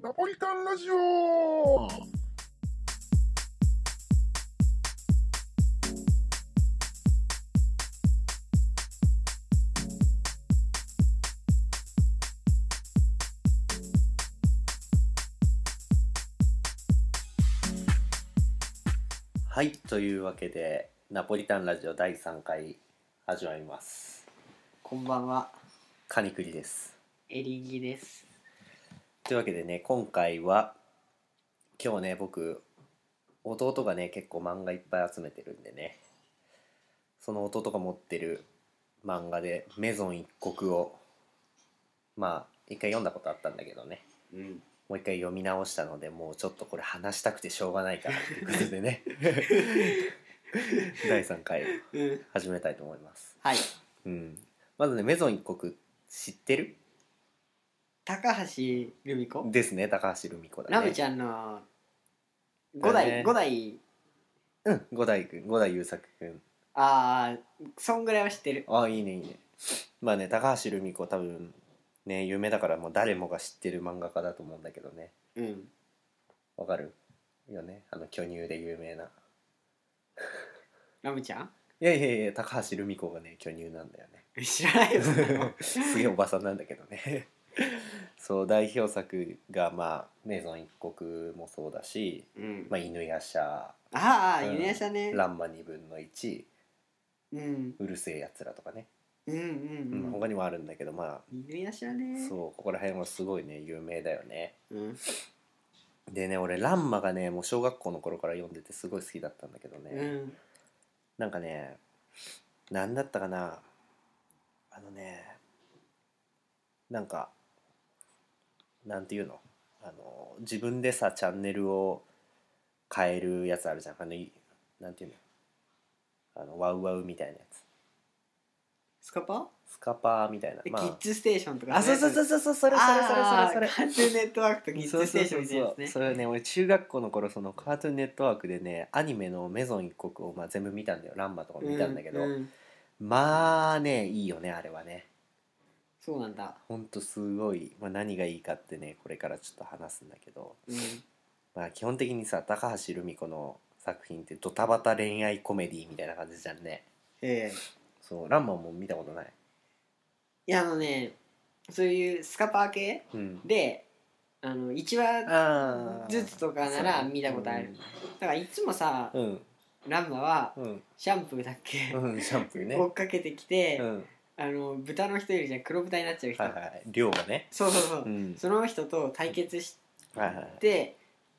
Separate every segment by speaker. Speaker 1: ナポリタンラジオ
Speaker 2: はい、というわけで、ナポリタンラジオ第3回始まります。
Speaker 3: こんばんは、
Speaker 2: カニクリです。
Speaker 3: エリンギです。
Speaker 2: というわけでね、今回は、今日ね、僕、弟がね、結構漫画いっぱい集めてるんでね、その弟が持ってる漫画で、メゾン一国を、まあ、一回読んだことあったんだけどね、
Speaker 3: うん。
Speaker 2: もう一回読み直したのでもうちょっとこれ話したくてしょうがないからということで ね第3回始めたいと思います、
Speaker 3: はい。
Speaker 2: うん、まずね「メゾン一国」知ってる
Speaker 3: 高橋留美子。
Speaker 2: ですね高橋留美子だね
Speaker 3: ラムちゃんの五
Speaker 2: だね
Speaker 3: 代、五代、
Speaker 2: うん五代君五代優作君
Speaker 3: ああ、そんぐらいは知ってる。
Speaker 2: ああいいねいいねまあね高橋留美子多分ね有名だからもう誰もが知ってる漫画家だと思うんだけどね
Speaker 3: うん。
Speaker 2: わかるよねあの巨乳で有名な
Speaker 3: ラムちゃん
Speaker 2: いやいやいや高橋留美子がね巨乳なんだよね
Speaker 3: 知らないよ、そんな の
Speaker 2: すげえおばさんなんだけどねそう代表作がまあ「メゾン一国」もそうだし
Speaker 3: うん
Speaker 2: 「まあ、犬夜叉」
Speaker 3: ああ、
Speaker 2: うん
Speaker 3: 犬屋さ
Speaker 2: 「
Speaker 3: んね。
Speaker 2: らんま2分の1」
Speaker 3: うん
Speaker 2: 「。うるせえやつら」とかね、
Speaker 3: うんう
Speaker 2: うん
Speaker 3: んうん。
Speaker 2: 他にもあるんだけどま
Speaker 3: 犬屋さん
Speaker 2: あ
Speaker 3: ね。
Speaker 2: そうここら辺はすごいね有名だよね
Speaker 3: うん。
Speaker 2: でね俺「らんま」がねもう小学校の頃から読んでてすごい好きだったんだけどね、
Speaker 3: うん。
Speaker 2: なんかね何だったかなあのねなんかなんていうのあの自分でさチャンネルを変えるやつあるじゃんあのいなんていうのあのワウワウみたいなや
Speaker 3: スカパ
Speaker 2: つスカパーみたいな
Speaker 3: ー
Speaker 2: ま
Speaker 3: キッズステーションとか
Speaker 2: あ
Speaker 3: ね。。
Speaker 2: あそうそうそううそうそうそれそれそれそ
Speaker 3: あ
Speaker 2: れそれ
Speaker 3: あ、カントゥーネットワークとキッ
Speaker 2: そう
Speaker 3: ズス
Speaker 2: そ
Speaker 3: テ
Speaker 2: う
Speaker 3: ーシ
Speaker 2: そ
Speaker 3: ョン
Speaker 2: う
Speaker 3: みたいな
Speaker 2: そう
Speaker 3: やつ
Speaker 2: そ
Speaker 3: ね。
Speaker 2: れはね俺中学校の頃そのカートゥーンネットワークでねアニメの「メゾン一国」をまあ全部見たんだよランマとかも見たんだけど、
Speaker 3: うんうん
Speaker 2: まあねいいよねあれはね
Speaker 3: そうなんだ。
Speaker 2: ほんとすごい、まあ、何がいいかってねこれからちょっと話すんだけど、
Speaker 3: うん。
Speaker 2: まあ、基本的にさ高橋留美子の作品ってドタバタ恋愛コメディみたいな感じじゃんね
Speaker 3: ええ。
Speaker 2: そうランマも見たことない
Speaker 3: いやあのねそういうスカパー系
Speaker 2: うん
Speaker 3: であの1話
Speaker 2: あー
Speaker 3: ずつとかなら見たことあるだからいつもさ、
Speaker 2: うん
Speaker 3: ラムダは
Speaker 2: うん
Speaker 3: シャンプーだっけ、
Speaker 2: うん、うん、シャンプーね
Speaker 3: 追っかけてきて、
Speaker 2: うん
Speaker 3: あの豚の人いるじゃん黒豚になっちゃう人、
Speaker 2: はいはい量がね
Speaker 3: そうそうそう、
Speaker 2: うん
Speaker 3: その人と対決し
Speaker 2: はいはい
Speaker 3: て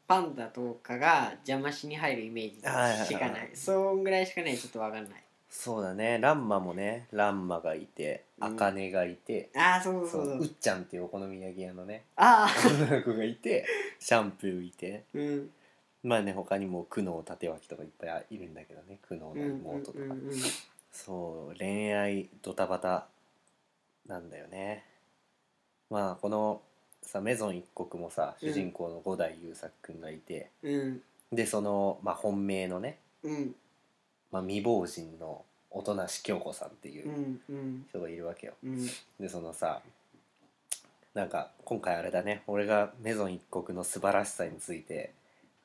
Speaker 3: パンダとかが邪魔しに入るイメージしか
Speaker 2: はい
Speaker 3: な
Speaker 2: はい
Speaker 3: い,、
Speaker 2: はい
Speaker 3: そんぐらいしかねちょっとわかんない
Speaker 2: そうだねランマもねランマがいて
Speaker 3: うん
Speaker 2: 茜がいて、
Speaker 3: ああそう
Speaker 2: そ
Speaker 3: そうそうう
Speaker 2: うっちゃんっていうお好み焼き屋のね
Speaker 3: ああ
Speaker 2: 女の子がいてシャンプーいて
Speaker 3: うん
Speaker 2: まあね他にも苦悩立脇とかいっぱいいるんだけどね苦悩
Speaker 3: うんう
Speaker 2: の
Speaker 3: ん
Speaker 2: 妹とか、
Speaker 3: うんうん
Speaker 2: そう恋愛ドタバタなんだよねまあこのさ「メゾン一国」もさ
Speaker 3: うん
Speaker 2: 主人公の五代優作くんがいて、
Speaker 3: うん
Speaker 2: でその、まあ、本命のね、
Speaker 3: うん
Speaker 2: まあ、未亡人の音無京子さんっていううん
Speaker 3: うん
Speaker 2: 人がいるわけよ、
Speaker 3: うん
Speaker 2: でそのさなんか今回あれだね俺がメゾン一国の素晴らしさについて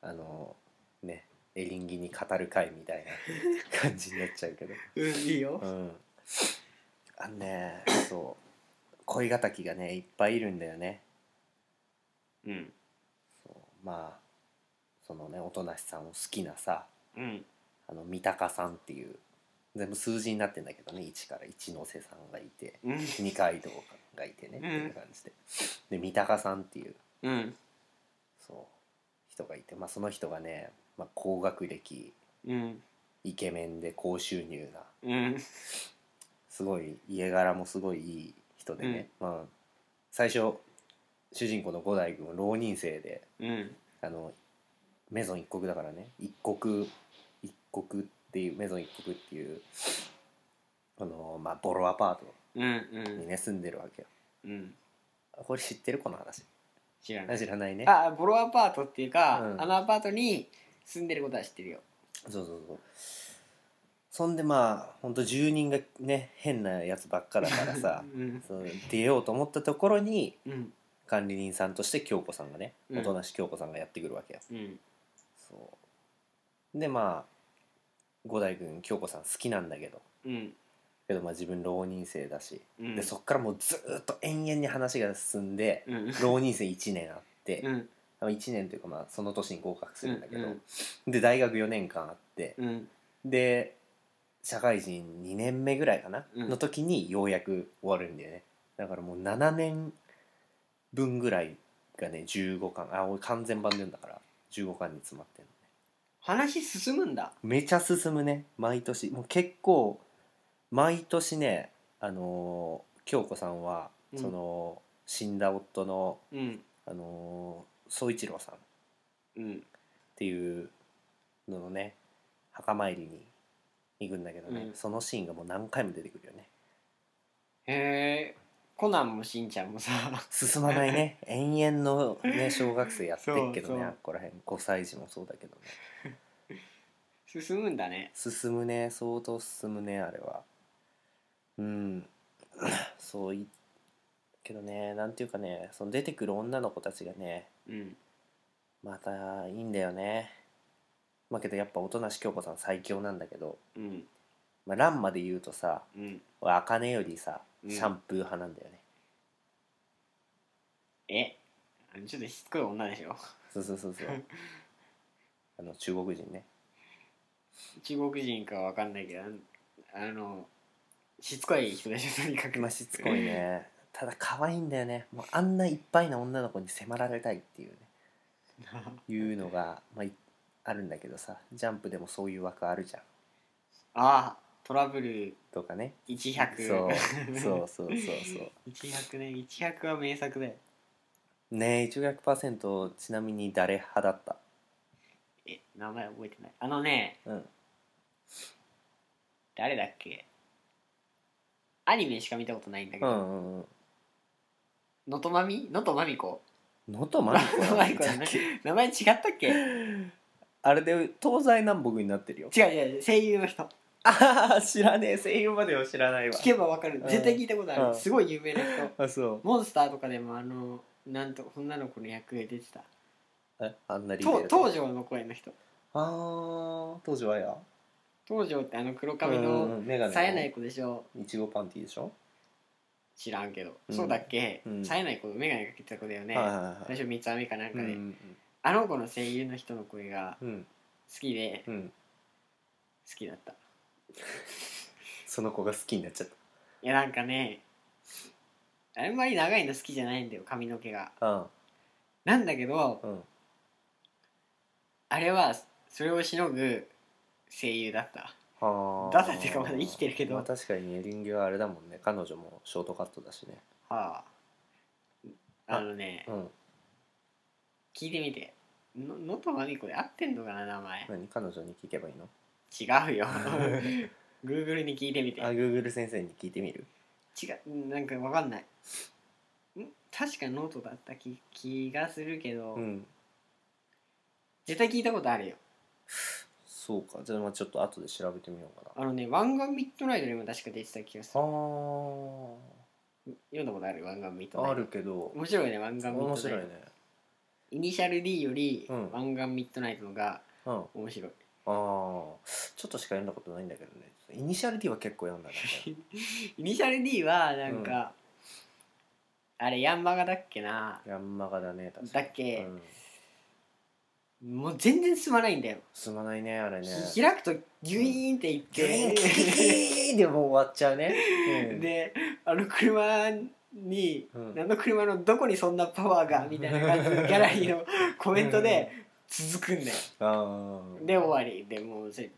Speaker 2: あのねエリンギに語る会みたいな感じになっちゃう けど
Speaker 3: うんいいよ
Speaker 2: うんあのねそう恋敵がねいっぱいいるんだよね
Speaker 3: うん
Speaker 2: そうまあそのね音無さんを好きなさ
Speaker 3: うん
Speaker 2: あの三鷹さんっていう全部数字になってんだけどね1から一ノ瀬さんがいて
Speaker 3: うん
Speaker 2: 二階堂がいてねっていう感じで、で三鷹さんっていう
Speaker 3: うん
Speaker 2: そう人がいて、まあ、その人がね、まあ、高学歴
Speaker 3: うん
Speaker 2: イケメンで高収入な
Speaker 3: うん
Speaker 2: すごい家柄もすごいいい人でね、まあ、最初主人公の五代君は浪人生で
Speaker 3: うん
Speaker 2: あのメゾン一国だからね一国一国っていうメゾン一国っていうあの、まあ、ボロアパートに
Speaker 3: う
Speaker 2: ね住んでるわけよ
Speaker 3: ん
Speaker 2: これ知ってるこの話
Speaker 3: 知らない
Speaker 2: あ知らないね
Speaker 3: あボロアパートっていうか、
Speaker 2: うん
Speaker 3: あのアパートに住んでることは知ってるよ
Speaker 2: そうそうそうそんでまあほんと住人がね変なやつばっかだからさ
Speaker 3: うん
Speaker 2: そう出ようと思ったところに
Speaker 3: うん
Speaker 2: 管理人さんとして京子さんがね
Speaker 3: うん
Speaker 2: おとなし京子さんがやってくるわけよ、
Speaker 3: うん
Speaker 2: そうでまあ五代君京子さん好きなんだけど
Speaker 3: うん
Speaker 2: けどまあ自分浪人生だし、
Speaker 3: うん
Speaker 2: でそっからもうずーっと延々に話が進んで、
Speaker 3: うん
Speaker 2: 浪人生1年あって、
Speaker 3: うん
Speaker 2: まあ1年というかまあその年に合格するんだけど、
Speaker 3: うん
Speaker 2: で大学4年間あって、
Speaker 3: うん
Speaker 2: で社会人2年目ぐらいかな、
Speaker 3: うん
Speaker 2: の時にようやく終わるんだよねだからもう7年分ぐらいがね15巻あ俺完全版で読んだから15巻に詰まってる
Speaker 3: 話進むんだ
Speaker 2: めちゃ進むね毎年もう結構毎年ねあのー京子さんは、
Speaker 3: うん
Speaker 2: その死んだ夫の
Speaker 3: うん
Speaker 2: あのー宗一郎さんっ
Speaker 3: うん
Speaker 2: ていうののね墓参りに行くんだけどね、
Speaker 3: うん
Speaker 2: そのシーンがもう何回も出てくるよね
Speaker 3: へえコナンもしんちゃんもさ
Speaker 2: 進まないね延々のね小学生やってっけど
Speaker 3: そう
Speaker 2: ねあ
Speaker 3: そう
Speaker 2: っこら辺5歳児もそうだけどね
Speaker 3: 進むんだね
Speaker 2: 進むね相当進むねあれはうん そういけどねなんていうかねその出てくる女の子たちがね
Speaker 3: うん
Speaker 2: またいいんだよねまあけどやっぱ音無京子さん最強なんだけど、
Speaker 3: うん
Speaker 2: まあ、ランマで言うとさ
Speaker 3: うん
Speaker 2: 俺茜よりさ
Speaker 3: うん
Speaker 2: シャンプー派なんだよね、
Speaker 3: えあのちょっとしつこい女でしょ
Speaker 2: そうそうそう そうあの中国人ね
Speaker 3: 中国人かわかんないけどあのしつこい人でしょとにかく
Speaker 2: まあしつこいねただ可愛いんだよねもうあんないっぱいな女の子に迫られたいっていうねいうのが、まあ、いあるんだけどさジャンプでもそういう枠あるじゃん
Speaker 3: あトラブル
Speaker 2: とか ね
Speaker 3: 100
Speaker 2: そうそうそうそうそ
Speaker 3: 100ね100は名作だよ
Speaker 2: うねえ100%ちなみに誰派だった
Speaker 3: え名前覚えてないあのね
Speaker 2: うん
Speaker 3: 誰だっけアニメしか見たことないんだけ
Speaker 2: う
Speaker 3: ど
Speaker 2: んうんうん
Speaker 3: 能登まみ能登まみ子
Speaker 2: 能登真理子 なんだっけ
Speaker 3: 名前違ったっけ違
Speaker 2: あれで東西南北になってるよ
Speaker 3: う違う声優の人
Speaker 2: ああ知らねえ声優までは知らないわ
Speaker 3: 聞けばわかる
Speaker 2: うん
Speaker 3: 絶対聞いたこと
Speaker 2: う
Speaker 3: ある
Speaker 2: ん
Speaker 3: すごい有名な人
Speaker 2: あそ
Speaker 3: モンスターとかでもあのなんと女の子の役で出てた
Speaker 2: うえあんなリベ
Speaker 3: と
Speaker 2: ル
Speaker 3: 東條の声の人
Speaker 2: あー東條綾
Speaker 3: 東條ってあの黒髪の
Speaker 2: 眼鏡
Speaker 3: 冴えない子でしょ
Speaker 2: いちごパンティでしょ、
Speaker 3: 知らんけど、
Speaker 2: うん
Speaker 3: そうだっけ、
Speaker 2: うん
Speaker 3: 冴えない子眼鏡かけてた子だよね、
Speaker 2: はいはいはい
Speaker 3: 最初三つ編みかなんか
Speaker 2: う
Speaker 3: で、
Speaker 2: ん
Speaker 3: あの子の声優の人の声が
Speaker 2: うんうん
Speaker 3: 好きで好
Speaker 2: うん
Speaker 3: きだったい
Speaker 2: その子が好きになっちゃっ
Speaker 3: やなんかねあんまり長いの好きじゃないんだよ髪の毛が
Speaker 2: た
Speaker 3: なんだけど
Speaker 2: うんうん
Speaker 3: あれはそれをしのぐ声優だった
Speaker 2: は
Speaker 3: だってかまだ生きてるけど
Speaker 2: まあ、確かにエリンギはあれだもんね彼女もショートカットだしね
Speaker 3: はああのね、
Speaker 2: うん
Speaker 3: 聞いてみての能登まみ子で合ってんのかな名前
Speaker 2: 何彼女に聞けばいいの
Speaker 3: 違 うよ Google に聞いてみて
Speaker 2: あグーグル先生に聞いてみる
Speaker 3: 違うなんかわかんないん確かノートだった気気がするけど、
Speaker 2: うん
Speaker 3: 絶対聞いたことあるよ
Speaker 2: そうかじゃあまあちょっと後で調べてみようかな
Speaker 3: あのね「ワンガンミッドナイト」にも確か出てた気がする
Speaker 2: あ
Speaker 3: 読んだことあるワンガンミッドナ
Speaker 2: ー
Speaker 3: イト
Speaker 2: あるけど
Speaker 3: 面白いねワンガンミッドナ
Speaker 2: 面
Speaker 3: イト
Speaker 2: 白いね
Speaker 3: イニシャル D より、
Speaker 2: うん
Speaker 3: ワンガンミッドナイトのが
Speaker 2: うん
Speaker 3: 面白い
Speaker 2: あーちょっとしか読んだことないんだけどねイニシャル D は結構読ん だね
Speaker 3: イニシャル D はなんか、あれヤンマガだっけな
Speaker 2: ヤンマガだね確か
Speaker 3: だ
Speaker 2: に
Speaker 3: っけ
Speaker 2: う、ん、
Speaker 3: もう全然進まないんだよ、
Speaker 2: すまないねあれね
Speaker 3: ひ開くとギュイーンっていって、
Speaker 2: でもう終わっちゃうね、うん、
Speaker 3: であの車に、
Speaker 2: うん
Speaker 3: 何の車のどこにそんなパワーがみたいな感じのギャラリーのコメントで続くんだよ
Speaker 2: あー
Speaker 3: で終わりでもうそれ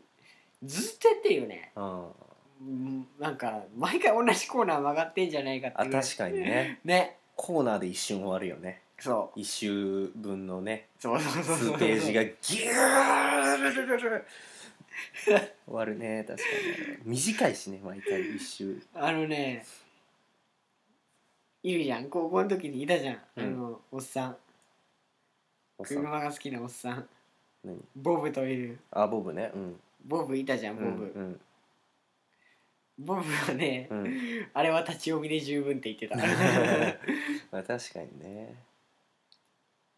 Speaker 3: ずっとやってるよね
Speaker 2: うん
Speaker 3: うんなんか毎回同じコーナー曲がってんじゃないかって
Speaker 2: あ
Speaker 3: いう
Speaker 2: 確かにね
Speaker 3: ね
Speaker 2: コーナーで一瞬終わるよね
Speaker 3: そ
Speaker 2: 一周分のね
Speaker 3: うそうそうそうそう
Speaker 2: 数ページがギュー終わるね確かに短いしね毎回一周
Speaker 3: あのねいるじゃん高校の時にいたじゃん、
Speaker 2: うん
Speaker 3: あのおっさん
Speaker 2: おっさん
Speaker 3: 車が好きなおっさん
Speaker 2: 何
Speaker 3: ボブといる
Speaker 2: あボブねうん
Speaker 3: ボブいたじゃんボブ、
Speaker 2: うん
Speaker 3: ボブはね、
Speaker 2: うん、
Speaker 3: あれは立ち読みで十分って言って た
Speaker 2: まあ確かにね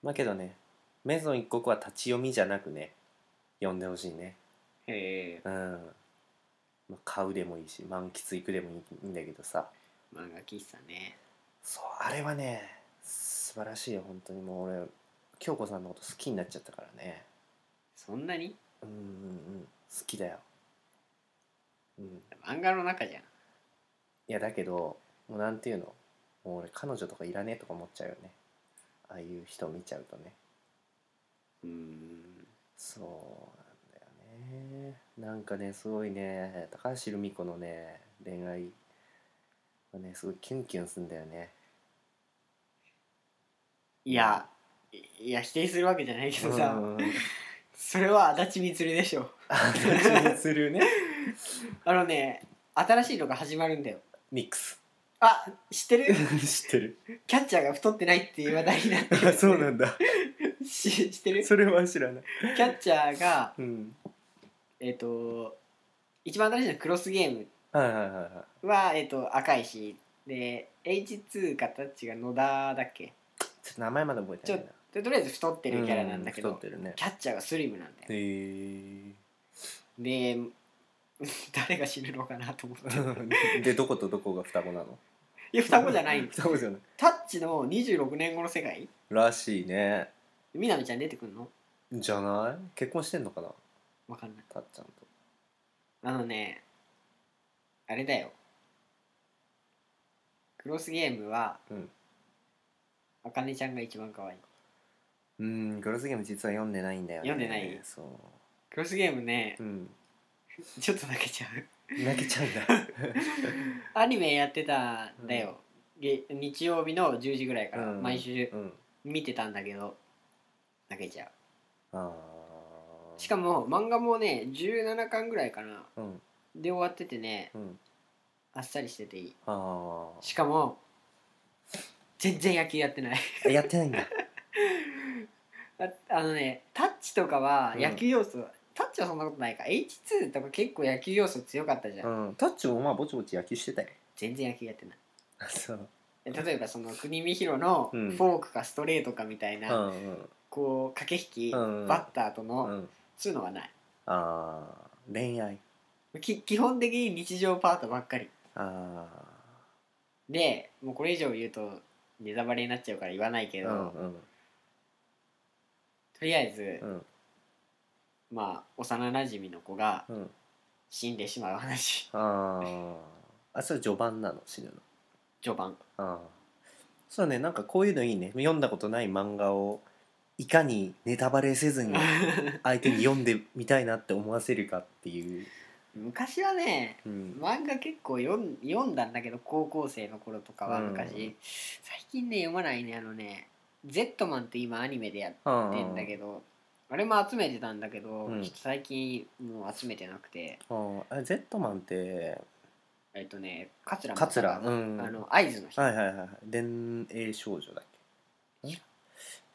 Speaker 2: まあけどねメゾン一国は立ち読みじゃなくね読んでほしいね
Speaker 3: ええ
Speaker 2: うん、まあ、買うでもいいし満喫行くでもいいんだけどさ
Speaker 3: 漫画喫茶ね
Speaker 2: そうあれはね素晴らしいよ本当にもう俺京子さんのこと好きになっちゃったからね
Speaker 3: そんなに
Speaker 2: うんうんうん好きだようん
Speaker 3: 漫画の中じゃん
Speaker 2: いやだけどもうなんていうのもう俺彼女とかいらねえとか思っちゃうよねああいう人見ちゃうとね
Speaker 3: うーん
Speaker 2: そうなんだよねなんかねすごいね高橋留美子のね恋愛はねすごいキュンキュンすんだよね
Speaker 3: いやいいや否定するわけじゃないけどさ、
Speaker 2: うん
Speaker 3: それは足立みつるでしょ
Speaker 2: あの気にするね
Speaker 3: あのね新しいのが始まるんだよ
Speaker 2: ミック ス
Speaker 3: あ知ってる
Speaker 2: 知ってる
Speaker 3: キャッチャーが太ってないっていう話題になって
Speaker 2: あ そうなんだ
Speaker 3: るし知ってる
Speaker 2: それは知らない
Speaker 3: キャッチャーが
Speaker 2: うん
Speaker 3: えっ、と一番新しいのはクロスゲーム
Speaker 2: はいはいはいはい
Speaker 3: は、えっと赤いしで H2 かたちが野田だっけ
Speaker 2: ちょっと名前まで覚えてないな
Speaker 3: でとりあえず太ってるキャラなんだけ
Speaker 2: う
Speaker 3: ど
Speaker 2: 太ってるね
Speaker 3: キャッチャーがスリムなんだよ
Speaker 2: へえ
Speaker 3: で 誰が死ぬのかなと思って
Speaker 2: でどことどこが双子なの
Speaker 3: いや双子じゃないんです
Speaker 2: 双子じゃない
Speaker 3: タッチの26年後の世界
Speaker 2: らしいね
Speaker 3: みなみちゃん出てくんの
Speaker 2: じゃない結婚してんのかな
Speaker 3: わかんない
Speaker 2: たっちゃんと
Speaker 3: あのねあれだよクロスゲームは、
Speaker 2: うん
Speaker 3: あかねちゃんが一番可愛い
Speaker 2: うんクロスゲーム実は読んでないんだよね
Speaker 3: 読んでない
Speaker 2: そ
Speaker 3: クロスゲームね
Speaker 2: ううん
Speaker 3: ちょっと泣けちゃう
Speaker 2: 泣けちゃうん だ
Speaker 3: アニメやってたんだよ、げ日曜日の10時ぐらいから
Speaker 2: うん
Speaker 3: 毎週
Speaker 2: うん
Speaker 3: 見てたんだけど泣けちゃう
Speaker 2: ああ
Speaker 3: しかも漫画もね17巻ぐらいかな
Speaker 2: もうん
Speaker 3: で終わっててね
Speaker 2: うん
Speaker 3: あっさりしてていい
Speaker 2: あ
Speaker 3: しかも全然野球やってない
Speaker 2: あやってないんだ
Speaker 3: ああのねタッチとかは
Speaker 2: うん
Speaker 3: 野球要素、タッチはそんなことないか H2 とか結構野球要素強かったじゃん、
Speaker 2: うんタッチもまあぼちぼち野球して たよ
Speaker 3: 全然野球やってない
Speaker 2: そう
Speaker 3: 例えばその国見広のフ
Speaker 2: うん
Speaker 3: ォークかストレートかみたいう
Speaker 2: ん
Speaker 3: な、
Speaker 2: うん
Speaker 3: こう駆け引き、
Speaker 2: うん
Speaker 3: バッターとの、
Speaker 2: うん
Speaker 3: そういうのはない
Speaker 2: ああ恋愛
Speaker 3: き基本的に日常パートばっかり
Speaker 2: あ
Speaker 3: でもうこれ以上言うとネタバレになっちゃうから言わないけ
Speaker 2: あ
Speaker 3: ど、
Speaker 2: うんうん
Speaker 3: とりあえず、
Speaker 2: うん
Speaker 3: まあ幼なじみの子が
Speaker 2: うん
Speaker 3: 死んでしまう話
Speaker 2: あーあそれ序盤なの死ぬの
Speaker 3: 序盤
Speaker 2: ああそうねなんかこういうのいいね読んだことない漫画をいかにネタバレせずに相手に読んでみたいなって思わせるかっていう、
Speaker 3: 昔はね
Speaker 2: うん、
Speaker 3: 漫画結構読ん読んだんだけど高校生の頃とかは昔、
Speaker 2: うん
Speaker 3: 最近ね読まないねあのね「ゼットマン」って今アニメでやっ
Speaker 2: あ
Speaker 3: てんだけど、あれも集めてたんだけど、
Speaker 2: うん
Speaker 3: ちょっと最近もう集めてなくて
Speaker 2: ああれ Z マンって
Speaker 3: えっとね桂正
Speaker 2: 桂
Speaker 3: 和
Speaker 2: うん
Speaker 3: あの会津の人、
Speaker 2: はいはいはいはい伝影少女だっけ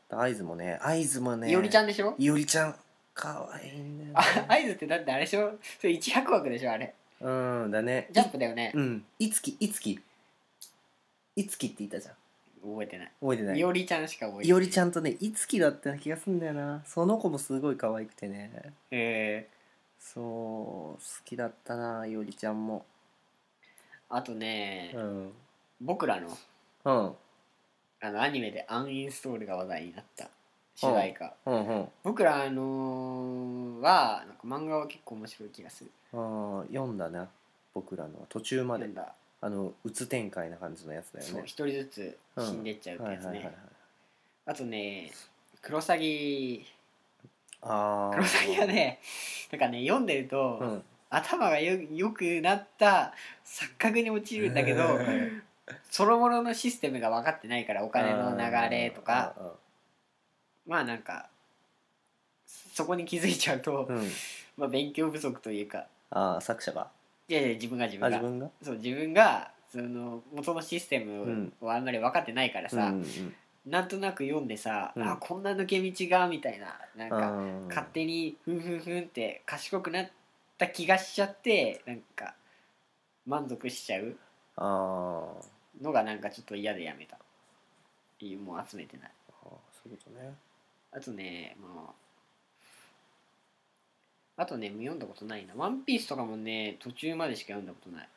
Speaker 2: 合図もね合図もね
Speaker 3: いおりちゃんでしょ
Speaker 2: いおりちゃんかわいいね
Speaker 3: あ合図ってだってあれでしょそれ100枠でしょあれ
Speaker 2: うんだね
Speaker 3: ジャンプだよね、
Speaker 2: うんいつきいつきいつきって言ったじゃん
Speaker 3: 覚えてない
Speaker 2: 覚えてない
Speaker 3: いおりちゃんしか覚えて
Speaker 2: い
Speaker 3: ない
Speaker 2: おりちゃんとねいつきだった気がすんだよなその子もすごい可愛くてね
Speaker 3: え
Speaker 2: そう好きだったないおりちゃんも
Speaker 3: ーあとね、
Speaker 2: うん
Speaker 3: 僕らの
Speaker 2: うん
Speaker 3: あのアニメでアンインストールが話題になった主題歌、
Speaker 2: うんうん
Speaker 3: 僕ら、あのーはなんか漫画は結構面白い気がする
Speaker 2: あー読んだな僕らのは途中まで
Speaker 3: 読んだ、
Speaker 2: あのうつ展開な感じのやつだよ
Speaker 3: そう
Speaker 2: ね
Speaker 3: 一人ずつ死んでっちゃうって
Speaker 2: はい
Speaker 3: や
Speaker 2: は
Speaker 3: つ
Speaker 2: い
Speaker 3: ね、
Speaker 2: はいはい
Speaker 3: あとねクロサギ
Speaker 2: ああ
Speaker 3: クロサギがねなんかね読んでると、
Speaker 2: うん
Speaker 3: 頭がよ良くなった錯覚に陥るんだけどそのもののシステムが分かってないからお金の流れとかまあなんかそこに気づいちゃうと、
Speaker 2: うん
Speaker 3: まあ、勉強不足というか
Speaker 2: ああ作者が
Speaker 3: いやいや自分が自
Speaker 2: あ
Speaker 3: 分が
Speaker 2: 自分が
Speaker 3: そう自分がその元のシステム
Speaker 2: ん
Speaker 3: をあんまり分かってないからさ、
Speaker 2: うんうん
Speaker 3: なんとなく読んでさ、
Speaker 2: うん
Speaker 3: あこんな抜け道がみたいななん
Speaker 2: あ
Speaker 3: か
Speaker 2: ー
Speaker 3: 勝手にふんふんふんって賢くなった気がしちゃってなんか満足しちゃう
Speaker 2: あー
Speaker 3: のがなんかちょっと嫌でやめたいうもう集めてない
Speaker 2: あーそういうことね
Speaker 3: あとねもうあとね読んだことないな「ワンピースとかもね途中までしか読んだことない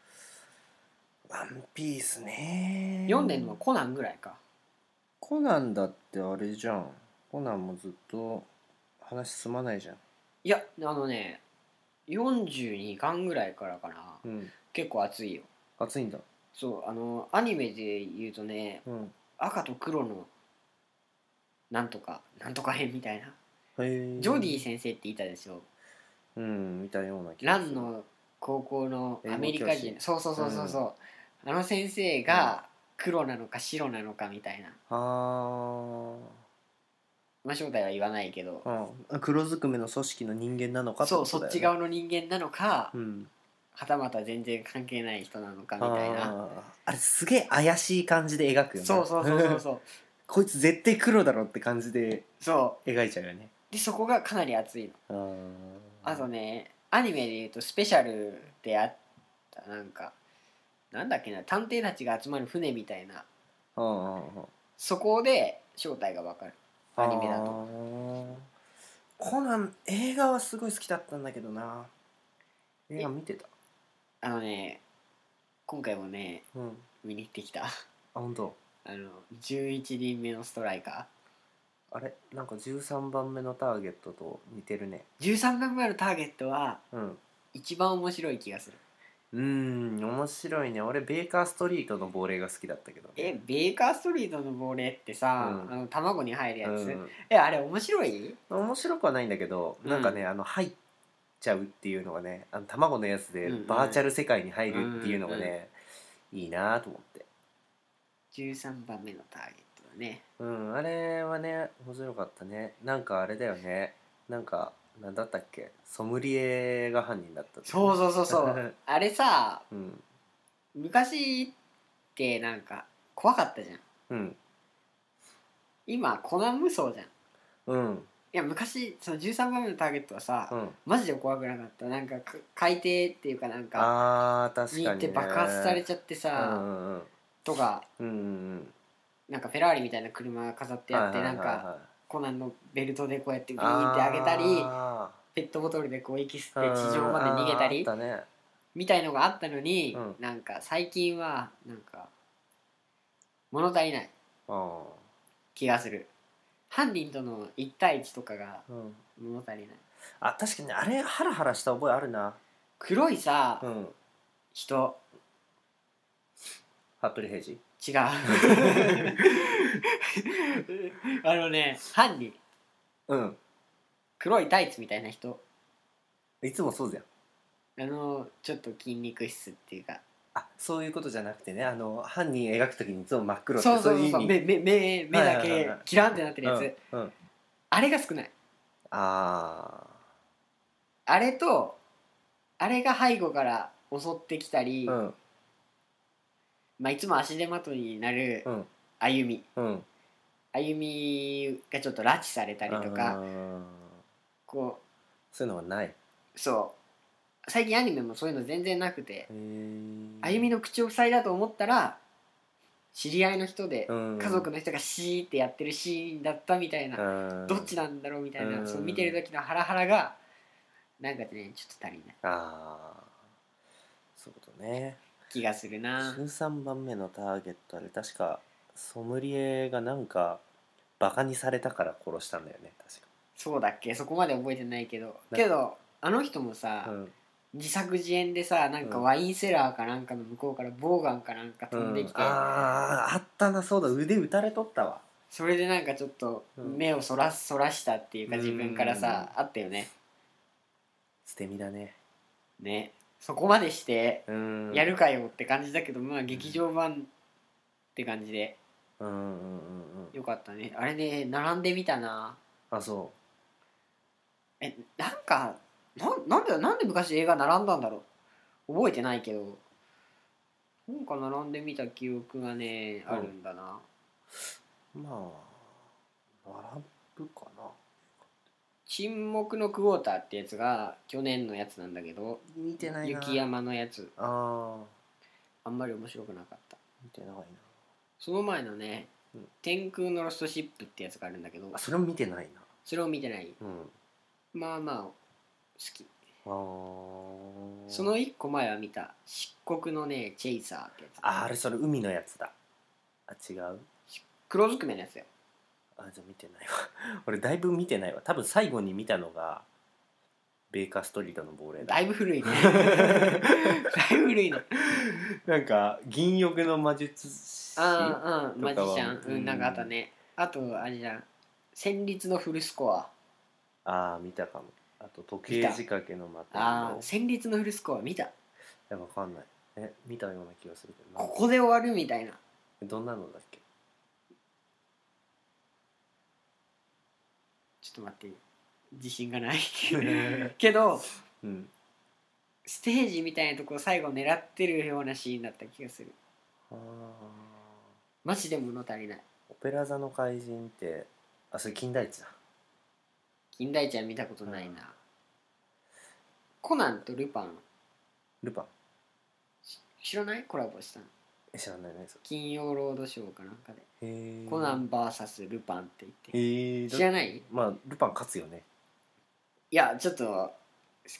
Speaker 2: ワンピースね
Speaker 3: 読んでんのはコナンぐらいか
Speaker 2: コナンだってあれじゃんコナンもずっと話進まないじゃん
Speaker 3: いやあのね42巻ぐらいからかな
Speaker 2: うん
Speaker 3: 結構熱いよ
Speaker 2: 熱いんだ
Speaker 3: そうあのアニメで言うとね
Speaker 2: うん
Speaker 3: 赤と黒のなんとかなんとか編みたいな
Speaker 2: へえ
Speaker 3: ジョディ先生っていたでしょ
Speaker 2: うん見たような気
Speaker 3: ラ
Speaker 2: する
Speaker 3: ンの高校のアメリカ
Speaker 2: 英語
Speaker 3: 人
Speaker 2: 教師
Speaker 3: そうそうそうそうそう、あの先生が黒なのか白なのかみたいな
Speaker 2: あ
Speaker 3: まあ正体は言わないけど、
Speaker 2: あ、うん、黒ずくめの組織の人間なのか
Speaker 3: そうそっち
Speaker 2: が
Speaker 3: 側の人間なのか、
Speaker 2: うん
Speaker 3: はたまた全然関係ない人なのかみ
Speaker 2: あ
Speaker 3: たいな
Speaker 2: ーあれすげえ怪しい感じで描くよね
Speaker 3: そうそうそうそうそう
Speaker 2: こいつ絶対黒だろって感じで
Speaker 3: そ
Speaker 2: 描いちゃうよね
Speaker 3: うでそこがかなり熱いの
Speaker 2: あー
Speaker 3: あとねアニメでいうとスペシャルであったなんかなんだっけな探偵たちが集まる船みたいな
Speaker 2: あー
Speaker 3: そこで正体がわかるアニメだと
Speaker 2: とコナン映画はすごい好きだったんだけどな映画見てた
Speaker 3: あのね今回もね
Speaker 2: うん
Speaker 3: 見に行ってきた
Speaker 2: あ本当。
Speaker 3: あの11人目のストライカ
Speaker 2: あれなんか13番目のターゲットと似てるね
Speaker 3: ー13番目のターゲットは
Speaker 2: うん
Speaker 3: 一番面白い気がする
Speaker 2: うーん面白いね俺ベーカーストリートの亡霊が好きだったけど
Speaker 3: えベーカーストリートの亡霊ってさ、
Speaker 2: うん
Speaker 3: あの卵に入るやつ、
Speaker 2: うん
Speaker 3: えあれ面白い
Speaker 2: 面白くはないんだけどなんかね、あの入っちゃうっていうのがねあの卵のやつで
Speaker 3: うんうん
Speaker 2: バーチャル世界に入るっていうのが
Speaker 3: うん
Speaker 2: ね、いいなと思って
Speaker 3: 13番目のターゲットだね
Speaker 2: うんあれはね面白かったねなんかあれだよねなんかなんだったっけソムリエが犯人だったって
Speaker 3: そうそうそ うそうあれさ
Speaker 2: うん
Speaker 3: 昔ってなんか怖かったじゃん
Speaker 2: うん
Speaker 3: 今コナン無双じゃんい
Speaker 2: うん
Speaker 3: や昔その13番目のターゲットはさ、
Speaker 2: うん
Speaker 3: マジで怖くなかったなんかか海底っていうかなんか
Speaker 2: あー確
Speaker 3: に
Speaker 2: か
Speaker 3: 行
Speaker 2: に、
Speaker 3: って
Speaker 2: ね、
Speaker 3: 爆発され
Speaker 2: ち
Speaker 3: ちゃって
Speaker 2: ゃう
Speaker 3: さ、
Speaker 2: んうんうん
Speaker 3: とか
Speaker 2: うんうん
Speaker 3: なんかフェラーリみたいな車飾ってやって
Speaker 2: はい
Speaker 3: な
Speaker 2: はい
Speaker 3: ん
Speaker 2: はいはい
Speaker 3: かコナンのベルトでこうやってビーンって上げたり
Speaker 2: あ
Speaker 3: ペットボトルでこう息吸
Speaker 2: ー
Speaker 3: って地上まで逃げたり
Speaker 2: うんあーあったね
Speaker 3: みたいのがあったのに、
Speaker 2: うん
Speaker 3: なんか最近はなんか物足りない
Speaker 2: あ
Speaker 3: 気がする犯人との1対1とかが
Speaker 2: ー、うん、
Speaker 3: 物足りない
Speaker 2: あ確かにあれハラハラした覚えあるな
Speaker 3: 黒いさ、
Speaker 2: うん
Speaker 3: 人
Speaker 2: 服部平次
Speaker 3: 違うあのね犯人
Speaker 2: うん
Speaker 3: 黒いタイツみたいな人
Speaker 2: いつもそうじゃん
Speaker 3: あのちょっと筋肉質っていうか
Speaker 2: あそういうことじゃなくてねあの犯人描くときにいつも真っ黒って
Speaker 3: そうそうそうそう
Speaker 2: い意
Speaker 3: 目
Speaker 2: 味
Speaker 3: 目目目だ
Speaker 2: はいはい
Speaker 3: け
Speaker 2: はい
Speaker 3: キランってなってるやつ、
Speaker 2: うんうん、
Speaker 3: あれが少ない
Speaker 2: あ
Speaker 3: あれとあれが背後から襲ってきたり、
Speaker 2: ーうん
Speaker 3: まあ、いつも足手まといになる
Speaker 2: うん
Speaker 3: 歩み
Speaker 2: うん
Speaker 3: 歩みがちょっと拉致されたりとか、
Speaker 2: あー
Speaker 3: こ
Speaker 2: そういうのはないへ
Speaker 3: うそう最近アニメもそういうの全然なくて、歩み
Speaker 2: の
Speaker 3: の口を塞いだと思ったら知り合いの人で、
Speaker 2: 家
Speaker 3: 家族の人がシーってやってるシーンだったみたいな、
Speaker 2: の
Speaker 3: どっちなんだろうみたいな、
Speaker 2: うん
Speaker 3: そう見てる時のハラハラがなんかねちょっと足りない
Speaker 2: ああそういうことね
Speaker 3: 気がするな
Speaker 2: 13番目のターゲットあれ確かソムリエがなんかバカにされたから殺したんだよね確
Speaker 3: そうだっけそこまで覚えてないけど
Speaker 2: な
Speaker 3: けどあの人もさ、
Speaker 2: か、うん、
Speaker 3: 自作自演でさなんか
Speaker 2: うん
Speaker 3: ワインセラーかなんかの向こうからボウガンかなんか飛んできて、
Speaker 2: うんあああったなそうだ腕打たれとったわ
Speaker 3: それでなんかちょっと
Speaker 2: うん
Speaker 3: 目をそらそらしたっていうか
Speaker 2: うん
Speaker 3: 自分からさ、あったよね
Speaker 2: 捨て身だね
Speaker 3: ねそこまでして
Speaker 2: うん
Speaker 3: やるかよって感じだけど、まあ劇場版って感じで
Speaker 2: うんうんうんうん
Speaker 3: よかったねあれね並んでみたな
Speaker 2: あそ
Speaker 3: えなんかなんなんでなんで昔映画並んだんだろう覚えてないけどなんか並んでみた記憶がねあるんだな、
Speaker 2: うまあ並ぶかな
Speaker 3: 沈黙のクォーターってやつが去年のやつなんだけど
Speaker 2: 見てないな
Speaker 3: 雪山のやつ
Speaker 2: ああ
Speaker 3: あんまり面白くなかった
Speaker 2: 見てないな
Speaker 3: その前のね
Speaker 2: うん
Speaker 3: 「天空のロストシップ」ってやつがあるんだけど
Speaker 2: あそれも見てないな
Speaker 3: それを見てない
Speaker 2: うん
Speaker 3: まあまあ好き
Speaker 2: あー
Speaker 3: その一個前は見た「漆黒のねチェイサー」ってやつ
Speaker 2: ああれそれ海のやつだあ違う
Speaker 3: 黒ずくめのやつだよ
Speaker 2: あじゃあ見てないわ 俺だいぶ見てないわ多分最後に見たのがベーカーストリートの亡霊だ
Speaker 3: だいぶ古 いねだいぶ古いの
Speaker 2: なんか銀翼の魔術師
Speaker 3: ああうんマ
Speaker 2: とかは
Speaker 3: ジシャンう
Speaker 2: うん
Speaker 3: んなんかあったねあとあれじゃん戦慄のフルスコア
Speaker 2: あー見たかもあと時計仕掛けのまた
Speaker 3: ああ
Speaker 2: のい
Speaker 3: 戦慄のフルスコア見た
Speaker 2: やわかんないえ見たような気がするけど
Speaker 3: こ
Speaker 2: な
Speaker 3: こで終わるみたいな
Speaker 2: どんなのだっけ
Speaker 3: ちょっと待って自信がない けど
Speaker 2: うん
Speaker 3: ステージみたいなとこ最後狙ってるようなシーンだった気がする
Speaker 2: あー
Speaker 3: マジで物足りない
Speaker 2: オペラ座の怪人ってあそれ金田一だ
Speaker 3: 金田一は見たことないな、
Speaker 2: うん
Speaker 3: コナンとルパン
Speaker 2: ルパン
Speaker 3: 知らないコラボしたの
Speaker 2: え知らないねそ
Speaker 3: 金曜ロードショーかなんかで、
Speaker 2: れへえ
Speaker 3: コナン VS ルパンって言っ
Speaker 2: へえ
Speaker 3: て知らない
Speaker 2: まあルパン勝つよね
Speaker 3: いやちょっと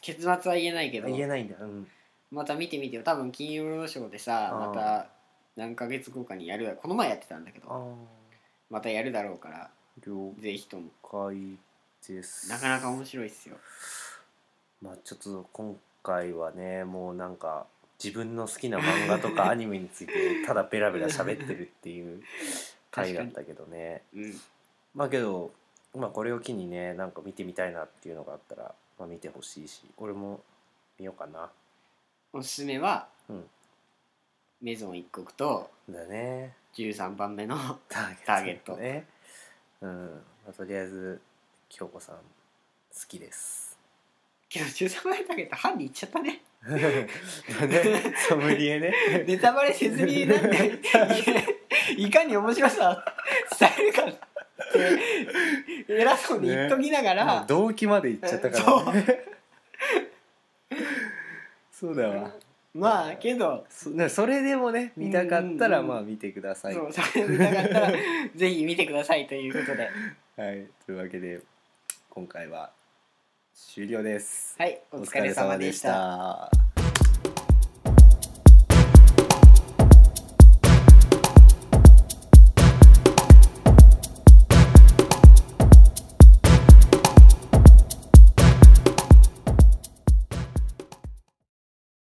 Speaker 3: 結末は言えないけど
Speaker 2: 言えないんだうん
Speaker 3: また見てみてよ多分金曜ロードショーでさ
Speaker 2: あー
Speaker 3: また何ヶ月後かにやるだこの前やってたんだけ
Speaker 2: あ
Speaker 3: ど
Speaker 2: あ
Speaker 3: またやるだろうから
Speaker 2: 了
Speaker 3: ぜひとも
Speaker 2: 解です
Speaker 3: なかなか面白いっすよ
Speaker 2: まあちょっと今回はねもうなんか自分の好きな漫画とかアニメについてただベラベラ喋ってるって いう回だったけどね
Speaker 3: うん
Speaker 2: まあけど、まあ、これを機にねなんか見てみたいなっていうのがあったら、まあ、見てほしいし俺も見ようかな
Speaker 3: おすすめは、
Speaker 2: うん
Speaker 3: メゾン一国と
Speaker 2: だね
Speaker 3: 13番目の
Speaker 2: ターゲット,、
Speaker 3: ターゲット
Speaker 2: ねうん、まあ、とりあえず京子さん好き です
Speaker 3: けど13番目だけど犯人いっちゃったね
Speaker 2: だねソムリエね
Speaker 3: ネタバレせずになんかいかに面白さを 伝えるかって偉そうに言っときながら、
Speaker 2: もう動機まで行っちゃったから、ね、 そうだわ
Speaker 3: まあけど
Speaker 2: そねそれでもね見たかった
Speaker 3: う
Speaker 2: ら
Speaker 3: んうんうん
Speaker 2: まあ見てください、
Speaker 3: そうそれ見たかったらぜひ見てくださいということで
Speaker 2: はいというわけで今回は終了です、
Speaker 3: はいお疲れ様でした
Speaker 2: お疲れ様でした